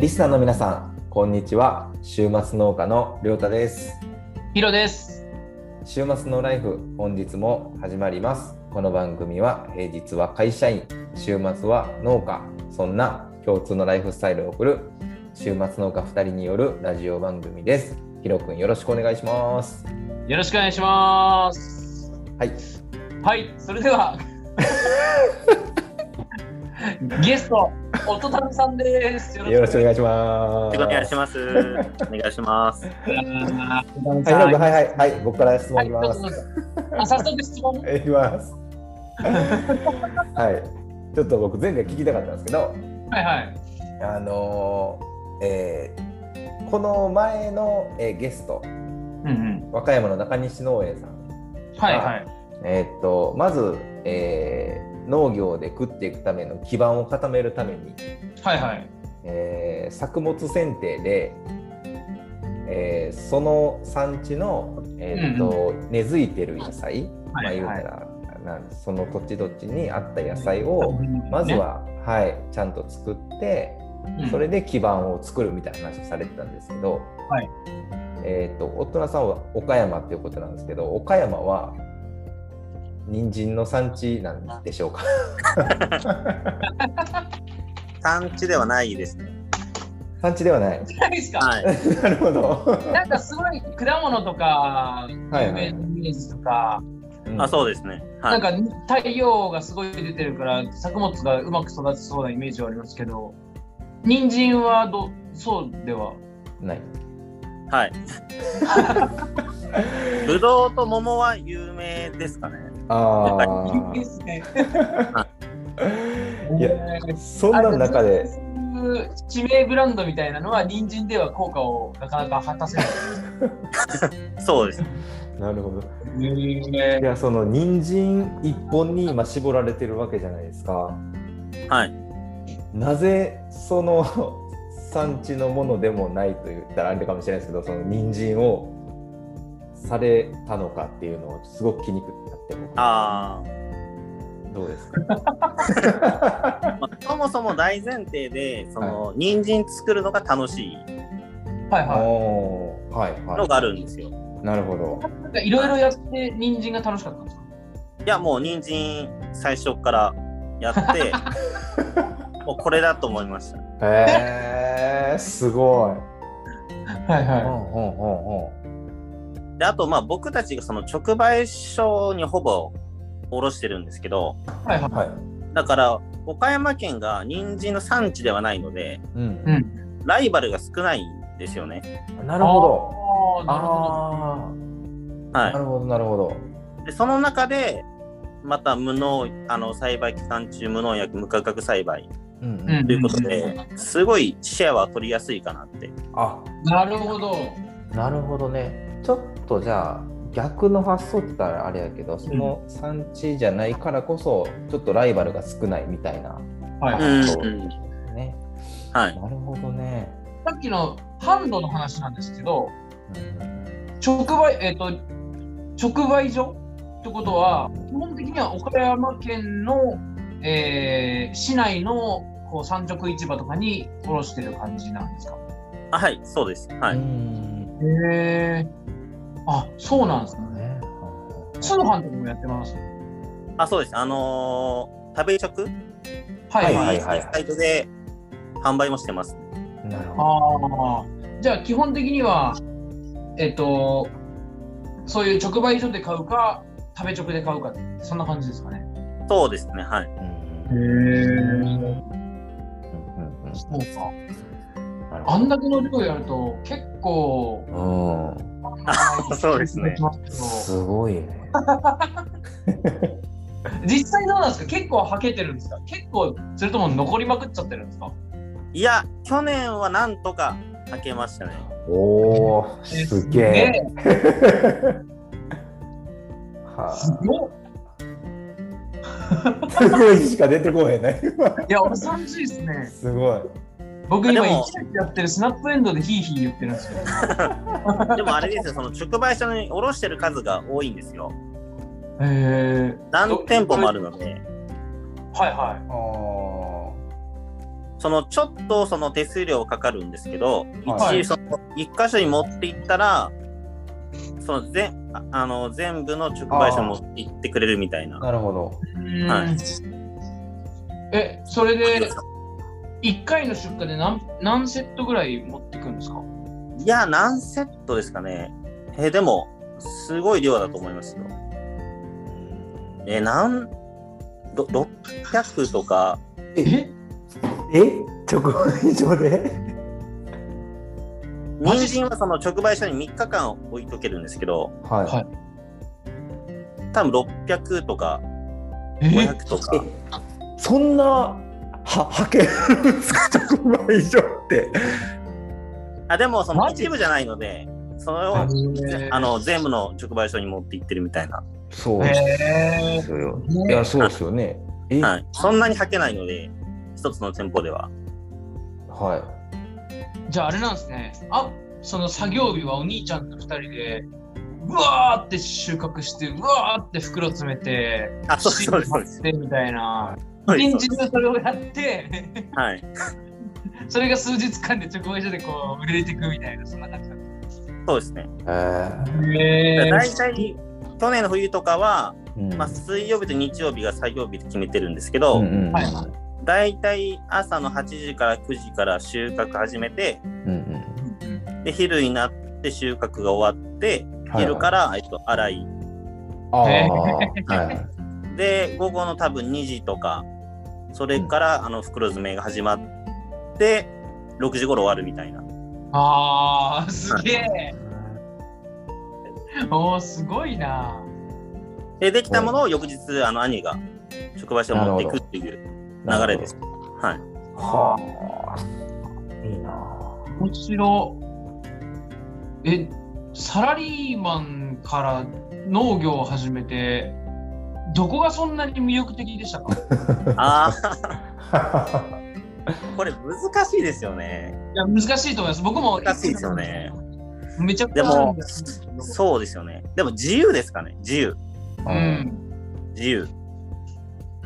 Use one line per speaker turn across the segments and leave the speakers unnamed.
リスナーの皆さん、こんにちは。週末農家のりょうたです。
ヒロです。
週末のライフ、本日も始まります。この番組は平日は会社員、週末は農家、そんな共通のライフスタイルを送る週末農家2人によるラジオ番組です。ひろくんよろしくお願いします。
よろしくお願いします。
はい。
はい、それで は。ゲスト、おとたみさんです。
よろしくお
いし
願いします。
お願いします。お願いし
ま
ます。
す。
はい、ひろくんはいはいはい、僕から質問いきます。
はいどうぞどうぞあ、早速質問。
いきます。はい。ちょっと僕前回聞きたかったんですけど、
はいはい。
あのーえーこの前の、えーゲスト
うんうん。
和歌山の中西農園さん、
はいはい。
えーっとまず、えー農業で食っていくための基盤を固めるために、
はいはい。
えー作物選定で、えーその産地の、えーっと根付いてる野菜、まあ、言うたら、なんその土地土地にあった野菜を、まずは、はい、ちゃんと作って。
ね、
それで基盤を作るみたいな話をされてたんですけど、
はい
えっ、と大人さんは岡山っていうことなんですけど岡山は人参の産地なんでしょうか
産地ではないですね。
産地ではない
うん。ないですか。
はい。
なるほど、
なんかすごい果物とか、
はい
有名なイメージとか、
あ、そうですね。は
なん
い。
か太陽がすごい出てるから作物がうまく育ちそうなイメージはありますけど人参はどそうでは
うんない
はい。ぶどうと桃は有名ですかね。
あ
いい
ー
ですね。
いや
えー
そんな中で
地名ブランドみたいなのは人参では効果をなかなか果たせない。
そうです。
なるほど
え
いやその人参一本に今絞られてるわけじゃないですか
はい。
なぜその 産地のものでもないと言ったらあれかもしれないですけどその人参をされたのかっていうのをすごく気にくなって僕
あ
どうですか
あ、まあ、そもそも大前提で、その人参作るのが楽しい
はいは
おーはい
の
は
があるんですよ。
いなるほど
い。なんかいろいろやって人参が楽しかったんですか。
いや、もう人参最初からやって、 もうこれだと思いました。
へえー、すごい
はい
うん
は
うんうんうん
で、あとまあ僕たちがその直売所にほぼ卸してるんですけど、
いはいはい。
はい
だから岡山県が人参の産地ではないので
うん
ライバルが少ないんですよね。
なるほど
あーなるほど。
ああな
は
るほどなるほど
い、でその中でまた無農あの栽培期間中無農薬無価格栽培
うんうん、
うん
ということですごいシェアは取りやすいかなって。
あ
なるほど。
なるほどね。ちょっとじゃあ逆の発想って言ったらあれやけど、その産地じゃないからこそ、ちょっとライバルが少ないみたいな。
はい。
うん
そう
うん
ね。
はい、
なるほどね。
さっきの販路の話なんですけど、
うん
直売、えっ、と、直売所ってことは、基本的には岡山県の、えー市内のこう産直市場とかに卸してる感じなんですか
あはいそうです。は
う
い、
ん
へえ。あ、そうなんですね。
ね
通販とかもやってます。
あそうです。あのー食べ食、
はいはい。
はいはい
サイトで販売もしてます。
なるほ
ああ。じゃあ基本的には、えっ、と、そういう直売所で買うか、食べ直で買うか、そんな感じですかね。
そうですね。はい。
ど。うん
へえ。
うんうん
そうか。
なるほ
あんだけの量やると結構
ど
そうですね
うん。すごいね。
実際どうなんですか結構はけてるんですか結構それとも残りまくっちゃってるんですか
いや去年はなんとか履けましたね。
おお、すげえ。
ねす
は
ごい
あ。しか出てこへんね。
いや俺寂しいですね
すごい。
僕今
でも
一年やってるスナップエンドでヒーヒー言ってるんですよ
でもあれですよ、その直売所に卸してる数が多いんですよ。
へえ
何店舗もあるので、
はいは
ああ。
そのちょっとその手数料かかるんですけど、
はい
一その一箇所に持っていったら、その全ああの全部の直売所に持って行ってくれるみたいな。
なるほど。
うん
はい
え、それで1回の出荷で何何セットぐらい持ってくんですか
いや、何セットですかね。えーでも、すごい量だと思いますよ。えーなん、ろ600とか、
え
え直 売所で
マジ
人参はその直売所に3日間置いとけるんですけど、
はい。
はい
多分600とか
え
500とか。
そんなは派遣るんですか直売所って。
あでも、その
マジ
一部じゃないので、それを、
え
あの、全部の直売所に持って行ってるみたいな。
そうで
え
すよ。
ー
いや、そうですよね。え、
は。
はい
そんなに履けないので、一つの店舗では。
い。
じゃああれなんですね。あその作業日はお兄ちゃんと2人で、うわーって収穫して、うわーって袋詰めて、
あ、そうです、そうです、そうで す。
でみたいな。
そうで
一
すそ
日
うです
中それをやって、
はい。
それが数日間で直売所でこう売れていくみたいな、そんな感じなんで
そうですね。
えー
すね。
だいたい、去年の冬とかは、
うん
まあ、水曜日と日曜日が作業日って決めてるんですけど、
うんうん
はい
だいたい朝の8時から9時から収穫始めて、
うん
で昼になって収穫が終わって、
うん
昼か。ら、えっと、洗い、
はいはい
え
ああ、はい。
で、午後の多分2時とか、それから、あの袋詰めが始まって、6時頃終わるみたいな。
あー、すげえ。おー、すごいな。
で、できたものを翌日、あの兄が直売所に持っていくっていう流れです。はい。
はあ。いい な。
面白えサラリーマンから農業を始めてどこがそんなに魅力的でしたかい
ああ、 これ難しいですよね。
や難しいと思います僕も
難しいですよね
めちゃくちゃ
でも
あるんですけど
そうですよね。でも自由ですかね。自由。
う。ん、
自由。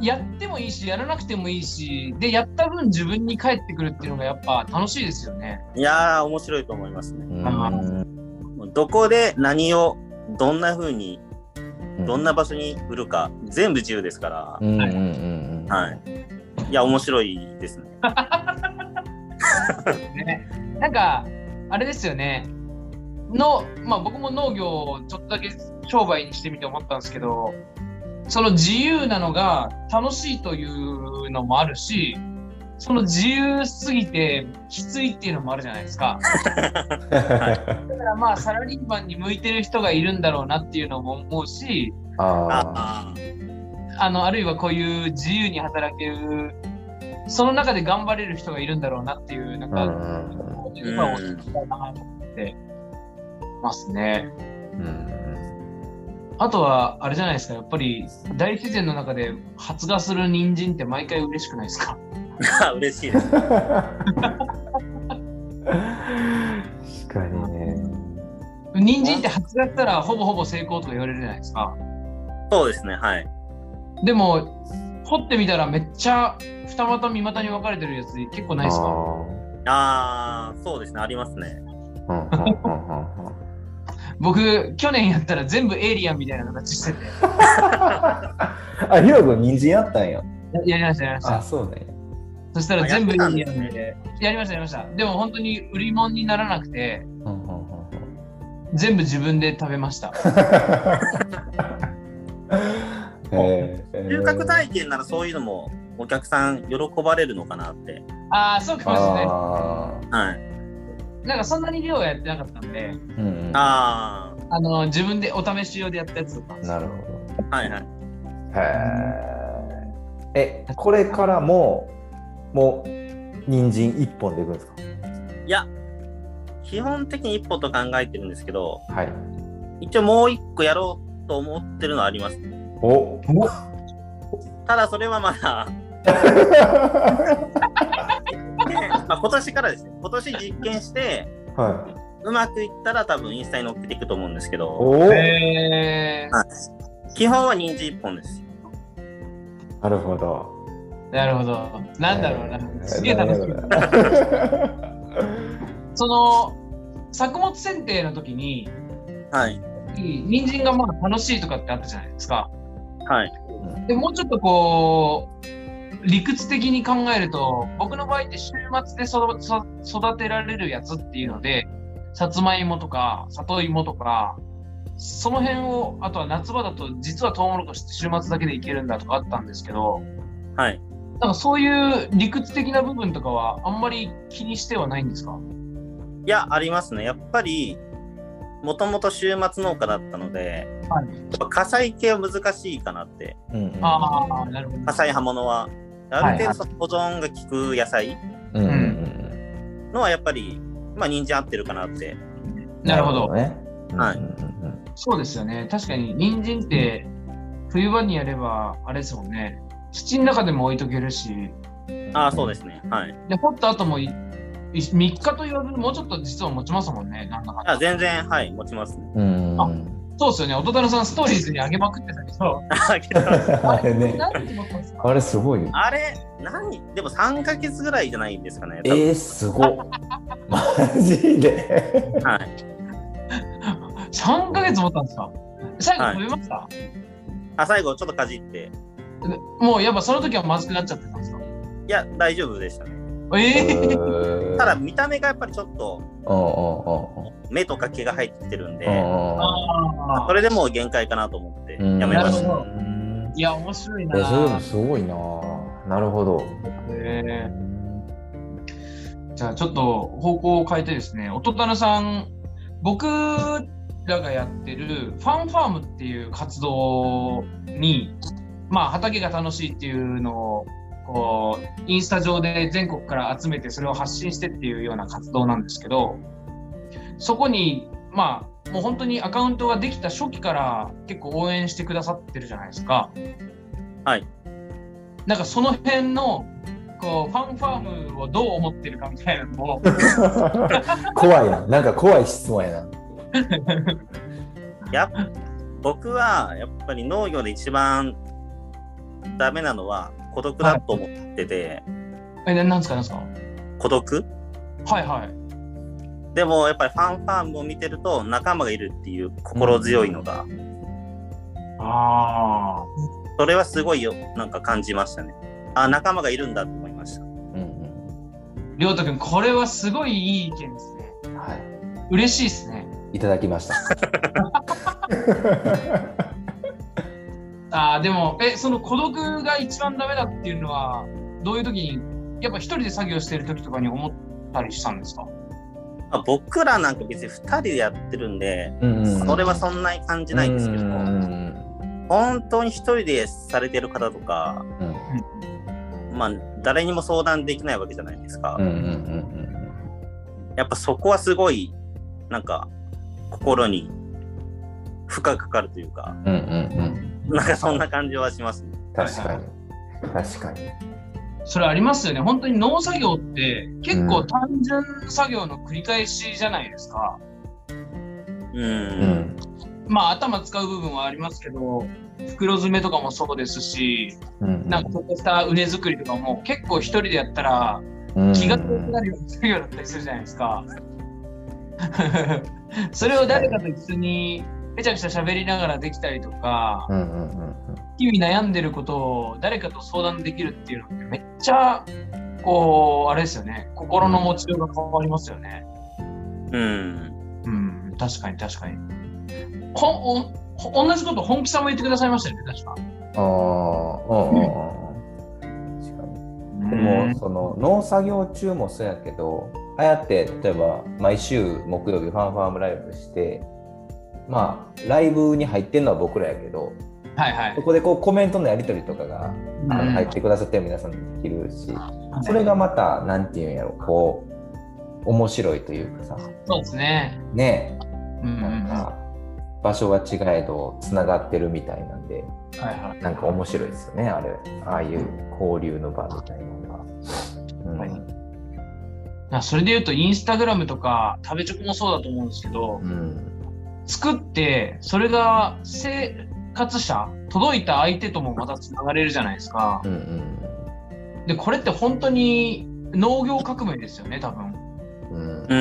やってもいいしやらなくてもいいしでやった分自分に返ってくるっていうのがやっぱ楽しいですよね
いやー、面白いと思いますね。
うん。
どこで何を、どんな風に、どんな場所に売るか、全部自由ですから
う。んうんうんうん。
はい。いや、面白いですね。
ねなんかあれですよねの、まあ、僕も農業をちょっとだけ商売にしてみて思ったんですけどその自由なのが楽しいというのもあるしその自由すぎてきついっていうのもあるじゃないですかだからまあサラリーマンに向いてる人がいるんだろうなっていうのも思うし
ああ。
あー
あのあるいはこういう自由に働けるその中で頑張れる人がいるんだろうなっていうなん
うんう
か、
ん
今を聞きたいなと思ってますね。
うん。
あとは、あれじゃないですか、やっぱり大自然の中で発芽する人参って毎回嬉しくないですか
嬉しいです。
確かにね。
人参って発芽したらほぼほぼ成功とか言われるじゃないですか。
そうですね。はい。
でも、掘ってみたらめっちゃ二股三股に分かれてるやつ結構ないですか
あー、そうですね。ありますね。
ああ。うんうんうんうんうん。
僕、去年やったら全部エイリアンみたいな形してて、
あ、ひろくん人参あったんや。
ややりました、やりました。
そうね。
そしたら全部エイ
あやって
リ
た
ア
ん
ン
です
で、やりました、やりました。でも本当に売り物にならなくて、
うんうんうんうん。
全部自分で食べま した。
えー
収穫体験ならそういうのもお客さん喜ばれるのかなって。
ああ、そうかもしれないです。
あ
はい。
なんかそんなに量はやってなかったんで、
ーうんうん
あ
あの自分でお試し用でやったやつとか。
なるほ
ー、はいはい。
ど。へえ。え、これからも、もう、人参一本でいくんですか
いや、基本的に一歩と考えてるんですけど、
はい。
一応もう一個やろうと思ってるのはあります。
お
ただそれはまだ、ねまあ、今年からですね。今年実験して、
は
うまくいったら多分インスタに載っけていくと思うんですけ
い。
ど、
お
えー、
はい基本は人参一本です。
なるほど。
なるほど。なんだろうな。すげえ楽しみ。その作物選定の時に、
はい。
人参がまあ楽しいとかってあったじゃないですか。
はい。
でもうちょっとこう理屈的に考えると僕の場合って週末でそそ育てられるやつっていうのでさつまいもとか里芋とかその辺をあとは夏場だと実はトウモロコシって週末だけでいけるんだとかあったんですけど
はい。
なんかそういう理屈的な部分とかはあんまり気にしてはないんですか
いや、ありますね。やっぱり、もともと週末農家だったので、
はい
やっぱ火災系は難しいかなって。
うんうん
ああなるほど。
火災葉物は。ある程度その保存が効く野菜
うんうんうん
のはやっぱり、まあ人参合ってるかなって。
なるほど。
ね。
はい
うんうんうん
そうですよね。確かに、人参って、冬場にやれば、あれですもんね。土の中でも置いとけるし、
ああ、そうですね。はい。
で、掘った後もい、い3日と言わず、もうちょっと実は持ちますもんね。なんだかんだ
あ全然、はい、持ちますね。
うん
あそうですよね。おとたるさん、ストーリーズに上げまくってたけど、
けど
あれね、
何日持ってますか
あれすごいよ。
あれ、何でも3ヶ月ぐらいじゃないんですかね。多分
えー、すごっ。マジで。
はい。
?3 ヶ月持ったんですか最後
はい
食べました、
あ、最後、ちょっとかじって。
でもう、やっぱその時はまずくなっちゃってたんですか
いや、大丈夫でしたね。
ええー、
た
た
だ、、見た目がやっぱりちょっと、
うんうん
目とか毛が入ってきてるんで、
うんうん
あ
そ
ー
れでもう限界かなと思って、や
うん。
めまし
なるほ
た。
どいや、面白いな。
え、そういうのすごいな。なるほど。
えーじゃあちょっと方向を変えてですね、音棚さん、僕らがやってるファンファームっていう活動に、まあ、畑が楽しいっていうのをこうインスタ上で全国から集めてそれを発信してっていうような活動なんですけどそこにまあもう本当にアカウントができた初期から結構応援してくださってるじゃないですか。
はい。
なんかその辺のこうファンファームをどう思ってるかみたいなのを
怖いな。なんか怖い質問やな。
やっ僕は、やっぱり農業で一番ダメなのは、孤独だと思ってて、
えななんですかなんですか
孤独
はいはい。
でも、やっぱりファンファームを見てると、仲間がいるっていう心強いのが、
あ
それはすごいよ、なんか感じましたね。あ、仲間がいるんだと思いました。
うん
あ。りょうたくん、これはすごいいい意見ですね。
うん。は
嬉しいですね。
い。いただきま した。
ああ、でも、え、その孤独が一番ダメだっていうのは、どういう時に、やっぱ一人で作業してる時とかに思ったりしたんですか
まあ、僕らなんか別に2人でやってるんで、
うんうん
それはそんなに感じないんですけど、
うんうん
本当に一人でされてる方とか、
うんうん
まあ、誰にも相談できないわけじゃないですか。
うんうんうん
やっぱそこはすごい、なんか、心に負荷かかるというか、
うんうんうんうん
なんかそんな感じはしますね。
確かに確かに
それありますよね。本当に農作業って結構単純作業の繰り返しじゃないですか。
う。
うんん
まあ頭使う部分はありますけど、袋詰めとかもそうですし、
うん
なんかちょっとした畝作りとかも結構一人でやったら
うん
気が遠くなるような作業だったりするじゃないですか。 それを誰かと一緒にめちゃくちゃ喋りながらできたりとか、
うんうんうんうん
日々悩んでることを誰かと相談できるっていうのってめっちゃこうあれですよね心の持ちようが変わりますよね
うん。
うん確かに確かにほんおほ同じこと本気さんも言ってくださいましたよね確
あ
か
あうんうんうん確かにでもその農作業中もそうやけどああやって例えば毎週木曜日ファンファームライブしてまあライブに入ってるのは僕らやけど
はいはい
そこでこうコメントのやり取りとかがあの
うん
入ってくださってる皆さんできるしそれがまたなんていうんやろこう面白いというかさ
そうですね
ね
うんうん
なん
は
か場所は違えどつながってるみたいなんで
いはい
なんか面白いですよねあれああいう交流の場みたいなのが。うん
はいなそれで言うとインスタグラムとか食べチョコもそうだと思うんですけど
うん
作ってそれが生活者届いた相手ともまたつながれるじゃないですか
うんうん
でこれって本当に農業革命ですよね多分
うん
う、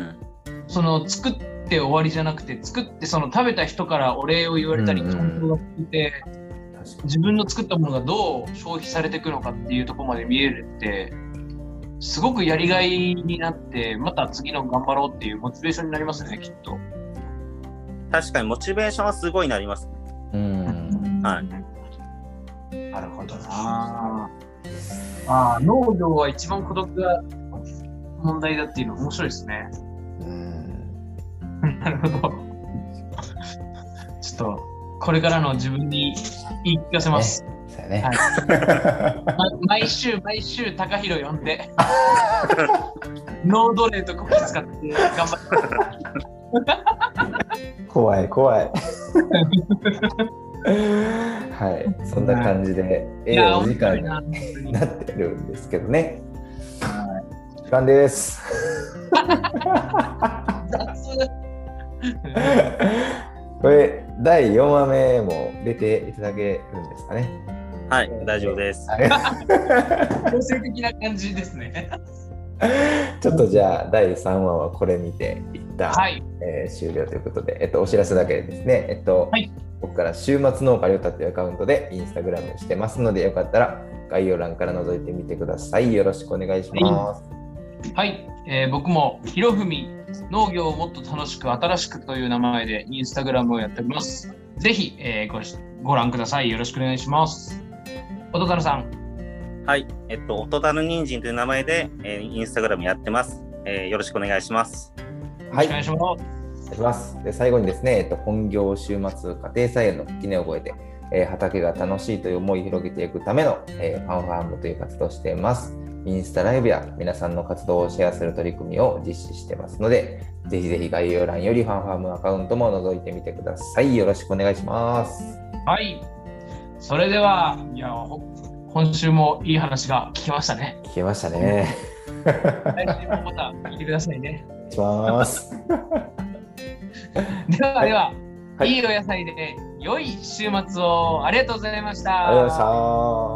ん。
その作って終わりじゃなくて作ってその食べた人からお礼を言われたり、
うんうん
感動が来て
確かに
自分の作ったものがどう消費されていくのかっていうところまで見えるってすごくやりがいになってまた次の頑張ろうっていうモチベーションになりますよねきっと。。
確かにモチベーションはすごいなります。
うん
はい
なるほどな。ああ農業は一番孤独が問題だっていうの面白いですね。
うん
なるほど。ちょっとこれからの自分に言い聞かせます。
そうやね、
はいま毎週毎週高弘呼 んでノードレーとコキ使って頑張って
怖い怖 いはいそんな感じでええお時間に
面白いな
なってるんですけどね時間です
雑
これ第4話目も出ていただけるんですかね。
はい、大丈夫です。
個性的な感じですね
ちょっとじゃあ第3話はこれにて一旦、
はい
えー終了ということで、えっと、お知らせだけですね、えっと
はい
僕から週末農家りょうたというアカウントでインスタグラムしてますのでよかったら概要欄から覗いてみてください。よろしくお願いします。
はい、えー僕もひろふみ農業をもっと楽しく新しくという名前でインスタグラムをやっておりますぜひ、えーごしご覧くださいよろしくお願いしますおとたるさん
はい、えっと、音たる人参という名前で、えーインスタグラムやってます。えーよろしくお願いします。
よろしくお願いします、
いたします。で最後にですね、えっと、本業週末家庭菜園の垣根を越えて、えー畑が楽しいという思いを広げていくための、えーファンファームという活動をしています。インスタライブや皆さんの活動をシェアする取り組みを実施してますので、ぜひぜひ概要欄よりファンファームアカウントも覗いてみてください。よろしくお願いします。
はい。それでは、いや、ほ今週もいい話が聞きました ね。
聞けましたね。
来週もまた聞いてくださいね。
お願いします。
ではでは、
はい
い、いお野菜で良い週末をありがとうございました。
ありがとうございました。